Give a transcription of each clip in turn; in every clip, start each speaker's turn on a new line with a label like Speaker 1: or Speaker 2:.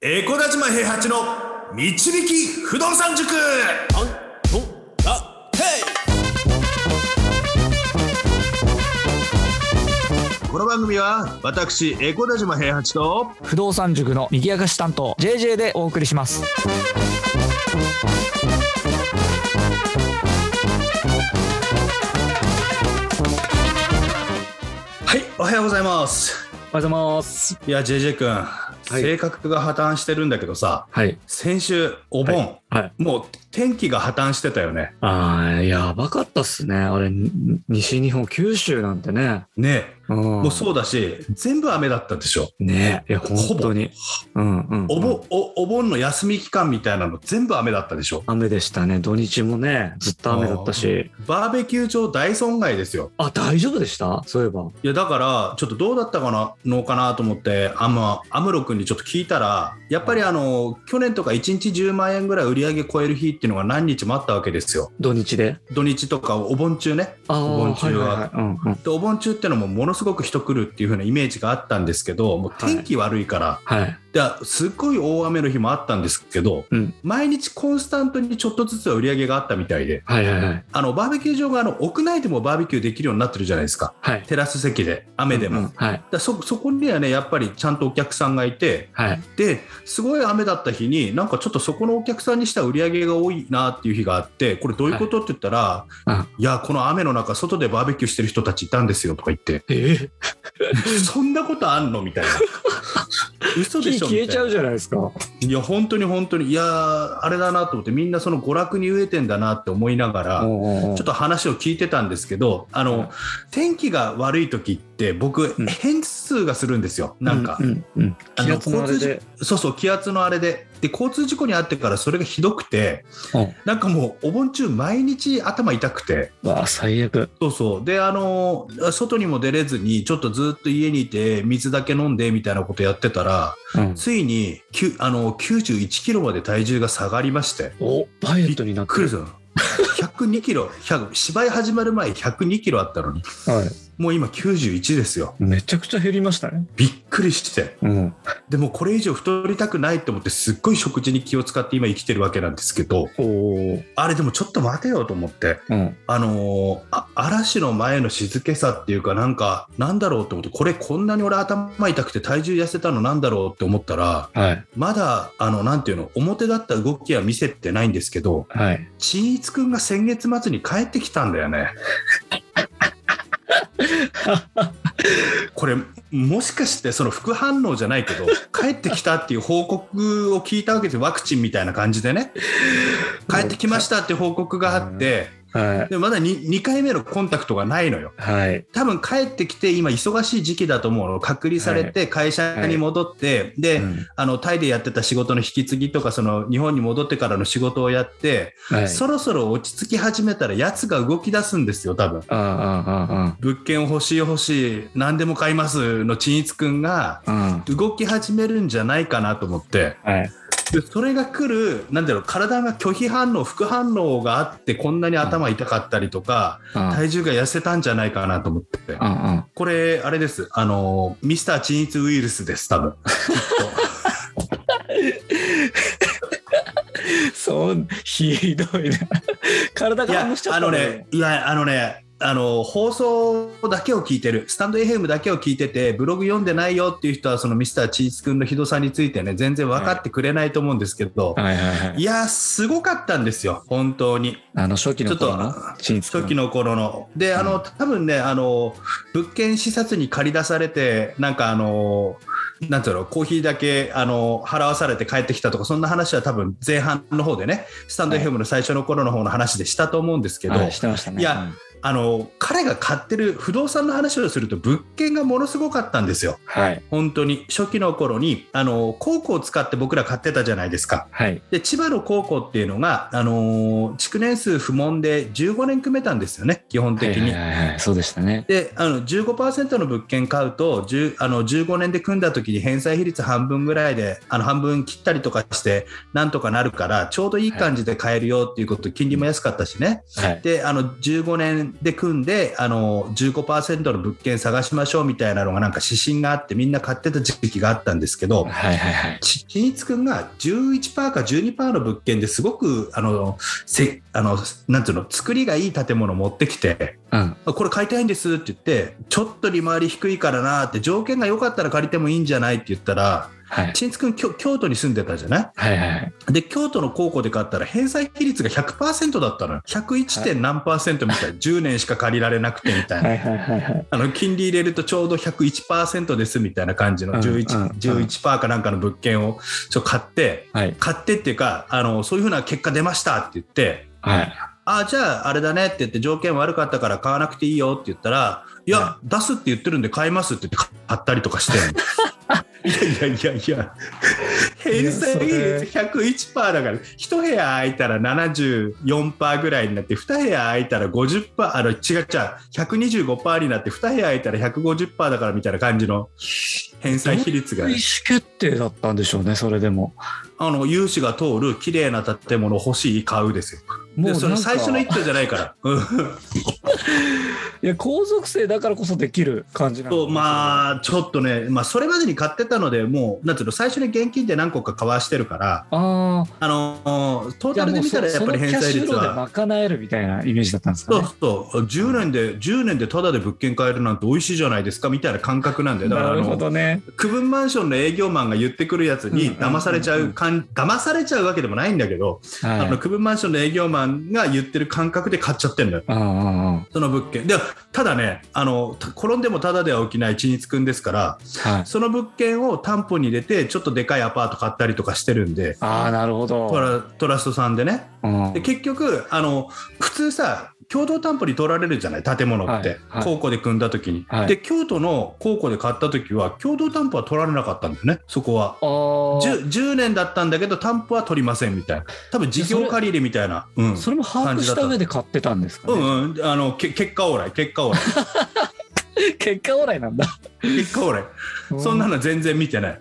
Speaker 1: エコダ島平八の導き不動産塾
Speaker 2: アントンラヘ
Speaker 1: この番組は私エコダ島平八と
Speaker 3: 不動産塾の右明かし担当 JJ でお送りします
Speaker 1: はいおはようございます
Speaker 3: おはようございます
Speaker 1: いや JJ 君、
Speaker 2: い
Speaker 1: 性格が破綻してるんだけどさ
Speaker 2: はい。
Speaker 1: 先週お盆、
Speaker 2: はい。
Speaker 1: もう天気が破綻してたよね
Speaker 2: ああ、やばかったっすね。あれ、に西日本、九州なんてね。
Speaker 1: ね
Speaker 2: うん。
Speaker 1: もうそうだし全部雨だったでしょ
Speaker 2: ねえ、いや、
Speaker 1: ほぼ
Speaker 2: 本当に。うんうん。
Speaker 1: お盆おお盆の休み期間みたいなの全部雨だったでしょ
Speaker 2: 雨でしたね。土日もね、ずっと雨だったし。
Speaker 1: バーベキュー場大損害ですよ
Speaker 2: あ、大丈夫でしたそういえば。
Speaker 1: いやだからちょっとどうだったかなのかなと思ってアムアムロ君にちょっと聞いたらやっぱりあの去年とか1日10万円ぐらい売り上げ超える日っていうのが何日もあったわけですよ
Speaker 2: 土日で。
Speaker 1: 土日とかお盆中ね
Speaker 2: あ
Speaker 1: お
Speaker 2: あ、
Speaker 1: 盆
Speaker 2: はい
Speaker 1: 中
Speaker 2: はい
Speaker 1: は
Speaker 2: はい。うんうん。
Speaker 1: でお盆中ってのもものすごく人来るっていう風なイメージがあったんですけどもう
Speaker 2: はい
Speaker 1: 天気悪いから、
Speaker 2: はい。
Speaker 1: ですっごい大雨の日もあったんですけど
Speaker 2: うん。
Speaker 1: 毎日コンスタントにちょっとずつ売り上げがあったみたいで
Speaker 2: はいはいはい。
Speaker 1: あのバーベキュー場があの屋内でもバーベキューできるようになってるじゃないですか
Speaker 2: はい。
Speaker 1: テラス席で雨でも。
Speaker 2: うんうんはい。
Speaker 1: だそそこにはねやっぱりちゃんとお客さんがいて
Speaker 2: はい。
Speaker 1: ですごい雨だった日になんかちょっとそこのお客さんにしては売り上げが多いなっていう日があってこれどういうことって言ったら、
Speaker 2: うん
Speaker 1: い、やこの雨の中外でバーベキューしてる人たちいたんですよとか言って
Speaker 2: ええ。
Speaker 1: そんなことあんのみ たいな嘘で
Speaker 2: 火
Speaker 1: しょ
Speaker 2: 消
Speaker 1: み
Speaker 2: え
Speaker 1: た
Speaker 2: ち
Speaker 1: い
Speaker 2: ゃ
Speaker 1: な
Speaker 2: うじゃないですか。
Speaker 1: いや本当に本当にいやーあれだなと思ってみんなその娯楽に飢えてんだなって思いながら。
Speaker 2: ょ
Speaker 1: ちょっと話を聞いてたんですけど、あの、
Speaker 2: うん
Speaker 1: 天気が悪い時って僕
Speaker 2: うん
Speaker 1: 変数がするんですよ。なんか、
Speaker 2: うんうん。
Speaker 1: あの
Speaker 2: 気圧のあれで。
Speaker 1: そうそう、気圧のあれで。で、交通事故に遭ってからそれがひどくて、
Speaker 2: うん
Speaker 1: なんかもうお盆中毎日頭痛くて、
Speaker 2: わあ、最悪。
Speaker 1: そうそう。で、あのー、外にも出れずに、ちょっとずっと家にいて、水だけ飲んで、みたいなことやってたら、
Speaker 2: うん。
Speaker 1: ついに、きゅあのー、91キロまで体重が下がりまして、
Speaker 2: おダイエットになって
Speaker 1: 来るぞ。102キロ、100芝居始まる前102キロあったのに、
Speaker 2: はい
Speaker 1: もう今91ですよ。
Speaker 2: めちゃくちゃ減りましたね
Speaker 1: びっくりして。
Speaker 2: うん
Speaker 1: でもこれ以上太りたくないと思ってすっごい食事に気を使って今生きてるわけなんですけど
Speaker 2: おお
Speaker 1: あれでもちょっと待てよと思って
Speaker 2: うん
Speaker 1: あのーあ嵐の前の静けさっていうかなんかなんだろうと思ってこれこんなに俺頭痛くて体重痩せたのなんだろうって思ったら
Speaker 2: はい
Speaker 1: まだあのなんていうの表だった動きは見せてないんですけど
Speaker 2: はい
Speaker 1: ちいつくんが先月末に帰ってきたんだよね。これもしかしてその副反応じゃないけど帰ってきたっていう報告を聞いたわけですよワクチンみたいな感じでね帰ってきましたって報告があって
Speaker 2: はい
Speaker 1: でまだ 2, 2回目のコンタクトがないのよ
Speaker 2: はい
Speaker 1: 多分帰ってきて今忙しい時期だと思うの隔離されて会社に戻って、で、
Speaker 2: うん
Speaker 1: あのタイでやってた仕事の引き継ぎとかその日本に戻ってからの仕事をやって、
Speaker 2: はい
Speaker 1: そろそろ落ち着き始めたらやつが動き出すんですよ多分
Speaker 2: あああ
Speaker 1: 物件欲しい欲しい何でも買いますのちんいつくんが
Speaker 2: あああ
Speaker 1: 動き始めるんじゃないかなと思って
Speaker 2: うんはい
Speaker 1: でそれが来るなんだろう体が拒否反応副反応があってこんなに頭痛かったりとか
Speaker 2: あ
Speaker 1: 体重が痩せたんじゃないかなと思って
Speaker 2: ああ
Speaker 1: これあれですあのミスターちんいつウイルスです多分
Speaker 2: そうひどいな 体
Speaker 1: い
Speaker 2: が
Speaker 1: や
Speaker 2: 反応しちゃ
Speaker 1: あ
Speaker 2: った
Speaker 1: の
Speaker 2: んだ
Speaker 1: ねいやあのねあの放送だけを聞いてるスタンド FM だけを聞いててブログ読んでないよっていう人はそのミスターちんいつくんのひどさについてね全然分かってくれないと思うんですけど、
Speaker 2: はいはいはい
Speaker 1: いやー、すごかったんですよ、本当に。
Speaker 2: あの初期の頃の
Speaker 1: ちょっと
Speaker 2: チンス
Speaker 1: 初期の頃の。で、あの、多分ね、あの、物件視察に借り出されて、なんかあの、なんていうの、コーヒーだけ、あの、払わされて帰ってきたとか、そんな話は多分前半の方でね、スタンド
Speaker 2: はい
Speaker 1: FM の最初の頃の方の話でしたと思うんですけど、
Speaker 2: はいしてましたね
Speaker 1: いや
Speaker 2: うん
Speaker 1: あの、彼が買ってる不動産の話をすると、物件がものすごかったんですよ。
Speaker 2: はい
Speaker 1: 本当に。初期の頃に、あの、高校を使って僕ら買ってたじゃないですか。
Speaker 2: はい
Speaker 1: で千葉の高校っていうのが、あのー築年数不問で15年組めたんですよね、基本的に。
Speaker 2: はいはいはいはいそうでしたね
Speaker 1: であの15%の物件買うと10あの15年で組んだ時に返済比率半分ぐらいであの半分切ったりとかしてなんとかなるからちょうどいい感じで買えるよっていうこと金利も安かったしね
Speaker 2: はい
Speaker 1: であの15年県で組んであの15%の物件探しましょうみたいなのがなんか指針があってみんな買ってた時期があったんですけど、
Speaker 2: はいはいはい。
Speaker 1: ちちにつくんが11%か12%の物件ですごくあのせあのなんていうの作りがいい建物持ってきて
Speaker 2: うん。
Speaker 1: これ買いたいんですって言ってちょっと利回り低いからなって条件が良かったら借りてもいいんじゃないって言ったら
Speaker 2: はい。
Speaker 1: ちにつくん京京都に住んでたじゃない
Speaker 2: はいはいはい。
Speaker 1: で京都の高校で買ったら返済比率が100%だったのよ101点何パーセントみ たいな10年しか借りられなくてみたいな。
Speaker 2: いはいはいはい。
Speaker 1: あの金利入れるとちょうど101%ですみたいな感じの
Speaker 2: うん
Speaker 1: 11,、
Speaker 2: うん
Speaker 1: 11%かなんかの物件をちょっと買って
Speaker 2: はい。
Speaker 1: 買ってっていうかあのそういうふうな結果出ましたって言って
Speaker 2: はい。
Speaker 1: ああじゃああれだねって言って条件悪かったから買わなくていいよって言ったらいや、
Speaker 2: は
Speaker 1: 出すって言ってるんで買いますって言って買ったりとかして いやいやいやいや返済比率101%だから1部屋空いたら74%ぐらいになって2部屋空いたら50%あの違う違う125%になって2部屋空いたら150%だからみたいな感じの返済比率
Speaker 2: 意
Speaker 1: が
Speaker 2: 思決定だったんでしょうね、それでも。
Speaker 1: あの融資が通る綺麗な建物欲しい買うですよ
Speaker 2: も
Speaker 1: で
Speaker 2: う
Speaker 1: そ
Speaker 2: な
Speaker 1: れ
Speaker 2: んか
Speaker 1: 最初の一挙じゃないから。うん
Speaker 2: いや、皇族生だからこそできる感じな
Speaker 1: と
Speaker 2: の。あ。
Speaker 1: まあちょっとね、まあ、それまでに買ってたのでもうなんていうの最初に現金で何個か交わしてるから
Speaker 2: ああ。
Speaker 1: あのトータルで見たらやっぱり返済率
Speaker 2: そのキャッシュフロー
Speaker 1: は。
Speaker 2: で賄えるみたいなイメージだったんです
Speaker 1: そ
Speaker 2: か
Speaker 1: う
Speaker 2: ね。
Speaker 1: そう10年で10年でタダで物件買えるなんて美味しいじゃないですかみたいな感覚なんだよだから
Speaker 2: な
Speaker 1: あ
Speaker 2: るほ
Speaker 1: の
Speaker 2: どね。
Speaker 1: 区分マンションの営業マンが言ってくるやつ
Speaker 2: うん
Speaker 1: に
Speaker 2: うんうんうん
Speaker 1: 騙されちゃうかん騙されちゃうわけでもないんだけど、
Speaker 2: はい。
Speaker 1: あの区分マンションの営業マンが言ってる感覚で買っちゃってるんだよ
Speaker 2: うんうんうん。
Speaker 1: その物件でただねあの転んでもタダでは起きない血につくんですから
Speaker 2: はい。
Speaker 1: その物件を担保に入れて、ちょっとでかいアパート買ったりとかしてるんで、
Speaker 2: ああ、なるほど。
Speaker 1: トラトラストさんでね。
Speaker 2: うん
Speaker 1: で結局あの、普通さ、共同担保に取られるじゃない、建物って、
Speaker 2: はいはい
Speaker 1: 高校で組んだ時に、
Speaker 2: はい
Speaker 1: で、京都の高校で買った時は、共同担保は取られなかったんだよね、そこは。
Speaker 2: あー
Speaker 1: 10, 10年だったんだけど、担保は取りませんみたいな、多分事業借り入れみたいな。うん
Speaker 2: それも把握した上で買ってたんですか、
Speaker 1: う
Speaker 2: ね
Speaker 1: んうん、あのけ結果オーライ結果オーラ
Speaker 2: 結果オーライなんだ。
Speaker 1: イ結果オーライそんなの全然見て ない。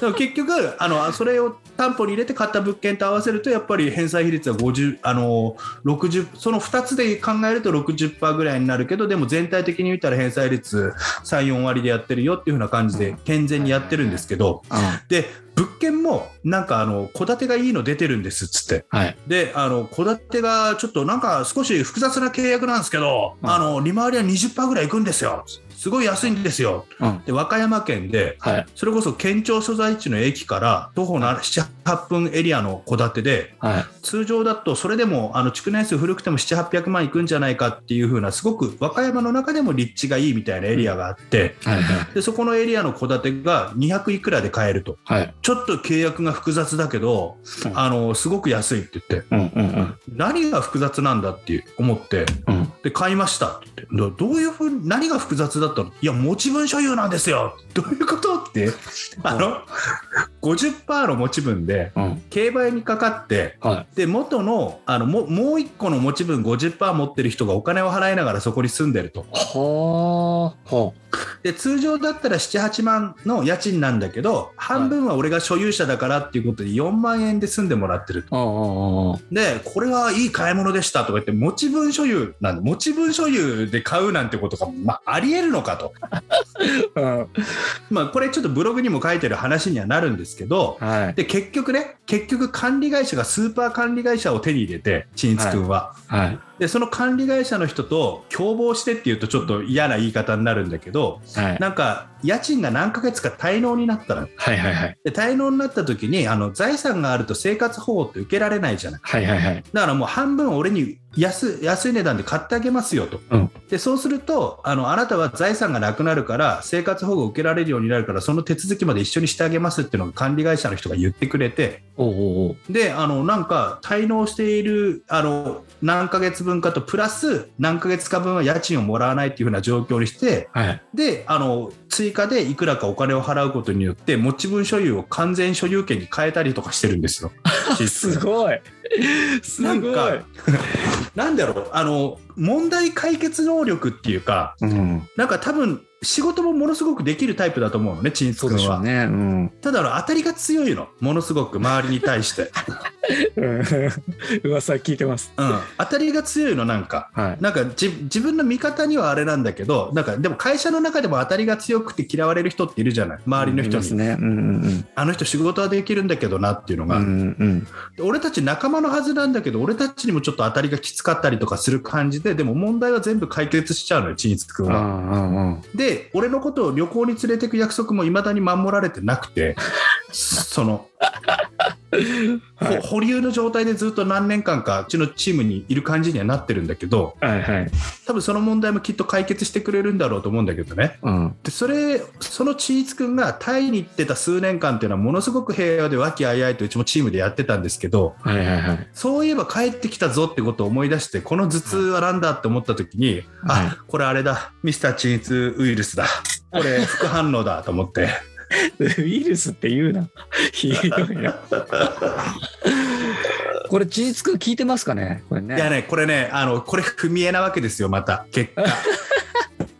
Speaker 1: でも結局あのそれを担保に入れて買った物件と合わせるとやっぱり返済比率は50あの60その2つで考えると60%ぐらいになるけどでも全体的に見たら返済率34割でやってるよっていう風な感じで健全にやってるんですけど
Speaker 2: うん。は
Speaker 1: で物件もなんかあの戸建てがいいの出てるんですっつって
Speaker 2: い。
Speaker 1: であの戸建てがちょっとなんか少し複雑な契約なんですけど、
Speaker 2: うん
Speaker 1: あの利回りは20%ぐらいいくんですよすごい安いんですよ
Speaker 2: うん。
Speaker 1: で和歌山県で
Speaker 2: はい。
Speaker 1: それこそ県庁所在地の駅から徒歩な78分エリアの戸建てで
Speaker 2: はい。
Speaker 1: 通常だとそれでもあの築年数古くても700800万いくんじゃないかっていう風なすごく和歌山の中でも立地がいいみたいなエリアがあって
Speaker 2: はい。
Speaker 1: でそこのエリアの戸建てが200いくらで買えると
Speaker 2: はい。
Speaker 1: ちょっと契約が複雑だけど
Speaker 2: うん
Speaker 1: あのすごく安いって言って
Speaker 2: うんうん
Speaker 1: 何が複雑なんだって思って
Speaker 2: うん。うん。
Speaker 1: で買いましたって言ってどどういうふうに何が複雑だったのいや持ち分所有なんですよどういうことってあの50%の持ち分で
Speaker 2: うん。
Speaker 1: 競売にかかって
Speaker 2: はい。
Speaker 1: で元のあのももう1個の持ち分50%持ってる人がお金を払いながらそこに住んでると
Speaker 2: はあ。は
Speaker 1: で通常だったら78万の家賃なんだけど半分は俺が所有者だからっていうことで4万円で住んでもらってると
Speaker 2: あ。うんうんうん。
Speaker 1: でこれはいい買い物でしたとか言って持ち分所有なんで持ち分所有で買うなんてことが、まあ、ありえるのかと、
Speaker 2: うん。
Speaker 1: まあ、これちょっとブログにも書いてる話にはなるんですけど
Speaker 2: はい。
Speaker 1: で結局ね結局管理会社がスーパー管理会社を手に入れて新津君は、
Speaker 2: はい。
Speaker 1: でその管理会社の人と共謀してっていうとちょっと嫌な言い方になるんだけど
Speaker 2: はい。
Speaker 1: なんか家賃が何ヶ月か滞納になったの
Speaker 2: はいはいはい。
Speaker 1: で滞納になった時にあの財産があると生活保護って受けられないじゃない。
Speaker 2: はいはいはい。
Speaker 1: だからもう半分俺に安安い値段で買ってあげますよと、
Speaker 2: うん
Speaker 1: でそうするとあのあなたは財産がなくなるから生活保護を受けられるようになるからその手続きまで一緒にしてあげますっていうのが管理会社の人が言ってくれて
Speaker 2: おうおうおう。
Speaker 1: であのなんか滞納しているあの何ヶ月分かとプラス何ヶ月か分は家賃をもらわないっていうふうな状況にして
Speaker 2: はい。
Speaker 1: であの追加でいくらかお金を払うことによって持ち分所有を完全所有権に変えたりとかしてるんですよ。
Speaker 2: すごい。す
Speaker 1: なん
Speaker 2: ごい
Speaker 1: か。、 なんだろう、あの、問題解決能力っていうか、
Speaker 2: うん。
Speaker 1: なんか多分、仕事もものすごくできるタイプだと思うのね、ちんつ
Speaker 2: そ
Speaker 1: く
Speaker 2: うで
Speaker 1: ん
Speaker 2: しょ
Speaker 1: は。
Speaker 2: うね。うん。
Speaker 1: ただ、あの当たりが強いの、ものすごく、周りに対して。
Speaker 2: うん 噂聞いてます。
Speaker 1: うん、当たりが強いのなんか
Speaker 2: はい。
Speaker 1: なんかじ自分の味方にはあれなんだけどなんかでも会社の中でも当たりが強くて嫌われる人っているじゃない周りの人
Speaker 2: いま
Speaker 1: に、
Speaker 2: すね。うんうん
Speaker 1: あの人仕事はできるんだけどなっていうの
Speaker 2: うん。う
Speaker 1: が、
Speaker 2: んうん。
Speaker 1: で俺たち仲間のはずなんだけど俺たちにもちょっと当たりがきつかったりとかする感じででも問題は全部解決しちゃうのよちんいつくん
Speaker 2: ああ
Speaker 1: は。
Speaker 2: あああ
Speaker 1: で俺のことを旅行に連れてく約束もいまだに守られてなくて その、
Speaker 2: あ。はい
Speaker 1: ほ保留の状態でずっと何年間かうちのチームにいる感じにはなってるんだけど
Speaker 2: はいはい。
Speaker 1: 多分その問題もきっと解決してくれるんだろうと思うんだけどね。
Speaker 2: うん。
Speaker 1: でそれそのチーツ君がタイに行ってた数年間っていうのはものすごく平和で和気あいあいとうちもチームでやってたんですけど
Speaker 2: はいはいはい。
Speaker 1: そういえば帰ってきたぞってことを思い出してこの頭痛は何だって思った時に、
Speaker 2: はい
Speaker 1: あこれあれだミスターチーツウイルスだこれ副反応だと思って
Speaker 2: ウイルスって言うな。 ひどいな。 これ、事実くん聞いてますかねこれ
Speaker 1: いや
Speaker 2: ね。
Speaker 1: ねこれねあのこれ踏み絵なわけですよまた結果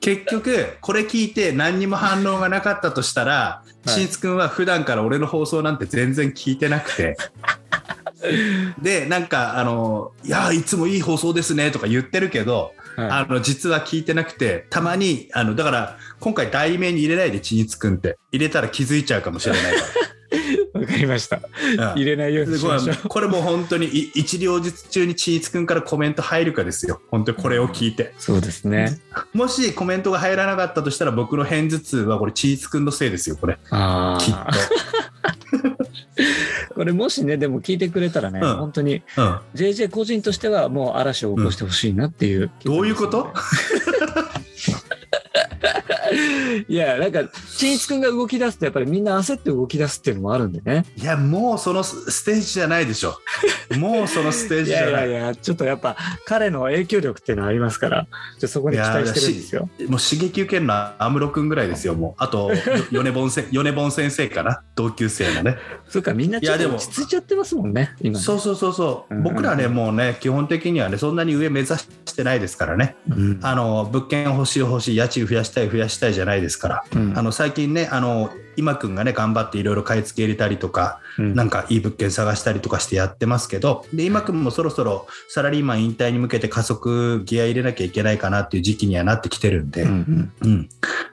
Speaker 1: 結局これ聞いて何にも反応がなかったとしたら、
Speaker 2: い
Speaker 1: しんつくんは普段から俺の放送なんて全然聞いてなくてでなんかあの「いやいつもいい放送ですね」とか言ってるけど、
Speaker 2: はい
Speaker 1: あの実は聞いてなくてたまにあのだから今回題名に入れないでちんつくんって入れたら気づいちゃうかもしれないか
Speaker 2: わかりました。
Speaker 1: ら、うん
Speaker 2: 入れないようにし
Speaker 1: ごめ
Speaker 2: ましょ
Speaker 1: ん
Speaker 2: う。
Speaker 1: これもう本当にい一両日中にちいつくんからコメント入るかですよ本当にこれを聞いて
Speaker 2: そうですね。
Speaker 1: もしコメントが入らなかったとしたら僕の偏頭痛はこれちいつくんのせいですよこれ
Speaker 2: あ
Speaker 1: きっ
Speaker 2: あ。これもしね、でも聞いてくれたらね、
Speaker 1: うん
Speaker 2: 本当に
Speaker 1: と、うん、
Speaker 2: JJ 個人としてはもう嵐を起こしてほしいなっていう、
Speaker 1: どういうこと
Speaker 2: いや、なんか、しんいちくんが動き出すと、やっぱりみんな焦って動き出すっていうのもあるんでね。
Speaker 1: いやもうそのスステージじゃないでしょもうそのステージ
Speaker 2: い
Speaker 1: じゃな
Speaker 2: や
Speaker 1: い
Speaker 2: いやいや、ちょっとやっぱ彼の影響力っていうのはありますから、ちょっとそこに期待してるんですよ。
Speaker 1: もう刺激受けるのは安室くんぐらいですよもうあとよ ヨネボンせヨネボン先生かな同級生のね
Speaker 2: そうか、みんなちょっ
Speaker 1: いやで
Speaker 2: と
Speaker 1: も
Speaker 2: 落ち着いちゃってますもんね、今ね。
Speaker 1: そうそうそうそう、
Speaker 2: うんうん
Speaker 1: 僕らねもうね基本的にはねそんなに上目指してないですからね
Speaker 2: うん
Speaker 1: あの物件欲しい欲しい家賃増やしたい増やしたいじゃないですから、
Speaker 2: うん
Speaker 1: あの最近ねあの今くんがね頑張っていろいろ買い付け入れたりとか、
Speaker 2: うん
Speaker 1: なんかいい物件探したりとかしてやってますけどで今くんもそろそろサラリーマン引退に向けて加速ギア入れなきゃいけないかなっていう時期にはなってきてるんで、
Speaker 2: う
Speaker 1: うんん
Speaker 2: うん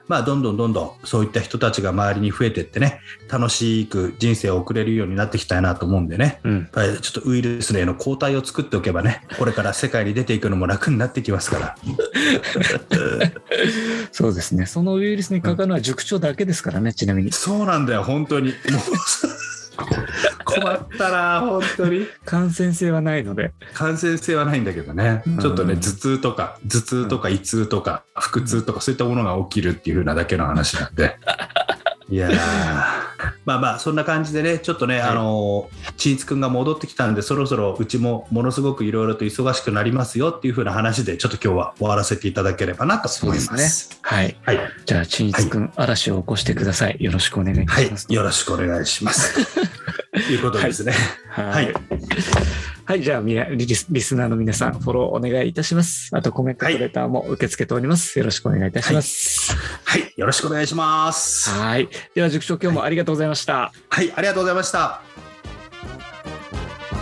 Speaker 1: まあどんどんどんどんそういった人たちが周りに増えてってね楽しく人生を送れるようになっていきたいなと思うんでね。
Speaker 2: うん
Speaker 1: やっぱりちょっとウイルスへの抗体を作っておけばねこれから世界に出ていくのも楽になってきますから。
Speaker 2: そうですね、そのウイルスにかかるのは塾長だけですからね、ちなみに。
Speaker 1: そうなんだよ、本当に。もう 困ったな、本当に。
Speaker 2: 感染性はないので、
Speaker 1: 感染性はないんだけどね
Speaker 2: うん、
Speaker 1: ちょっとね、頭痛とか、頭痛とか、胃痛とか、腹痛とか、そういったものが起きるっていう風なだけの話なん で。いやーまあまあそんな感じでねちょっとね、
Speaker 2: い
Speaker 1: あのちいつくんが戻ってきたんでそろそろうちもものすごくいろいろと忙しくなりますよっていう風な話でちょっと今日は終わらせていただければなと思います
Speaker 2: そうですはい、
Speaker 1: はい、
Speaker 2: じゃあ、ちんいちくん、嵐を起こしてください。よろしくお願いいた
Speaker 1: は
Speaker 2: します。
Speaker 1: い、よろしくお願いします ということですね、
Speaker 2: はい。は
Speaker 1: はい
Speaker 2: い、じゃあみなリス、リスナーの皆さん、フォローお願いいたします。あと、コメント、
Speaker 1: はい
Speaker 2: レターも受け付けております。よろしくお願いいたします。
Speaker 1: はい、よろしくお願いします。
Speaker 2: はい。では、塾長、今日もありがとうございました。
Speaker 1: はい、ありがとうございました。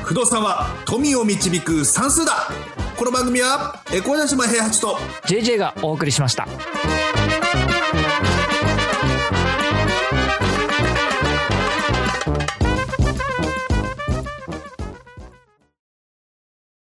Speaker 1: 不動産は富を導く算数だ。この番組は、え、小林島平八と。
Speaker 3: JJ がお送りしました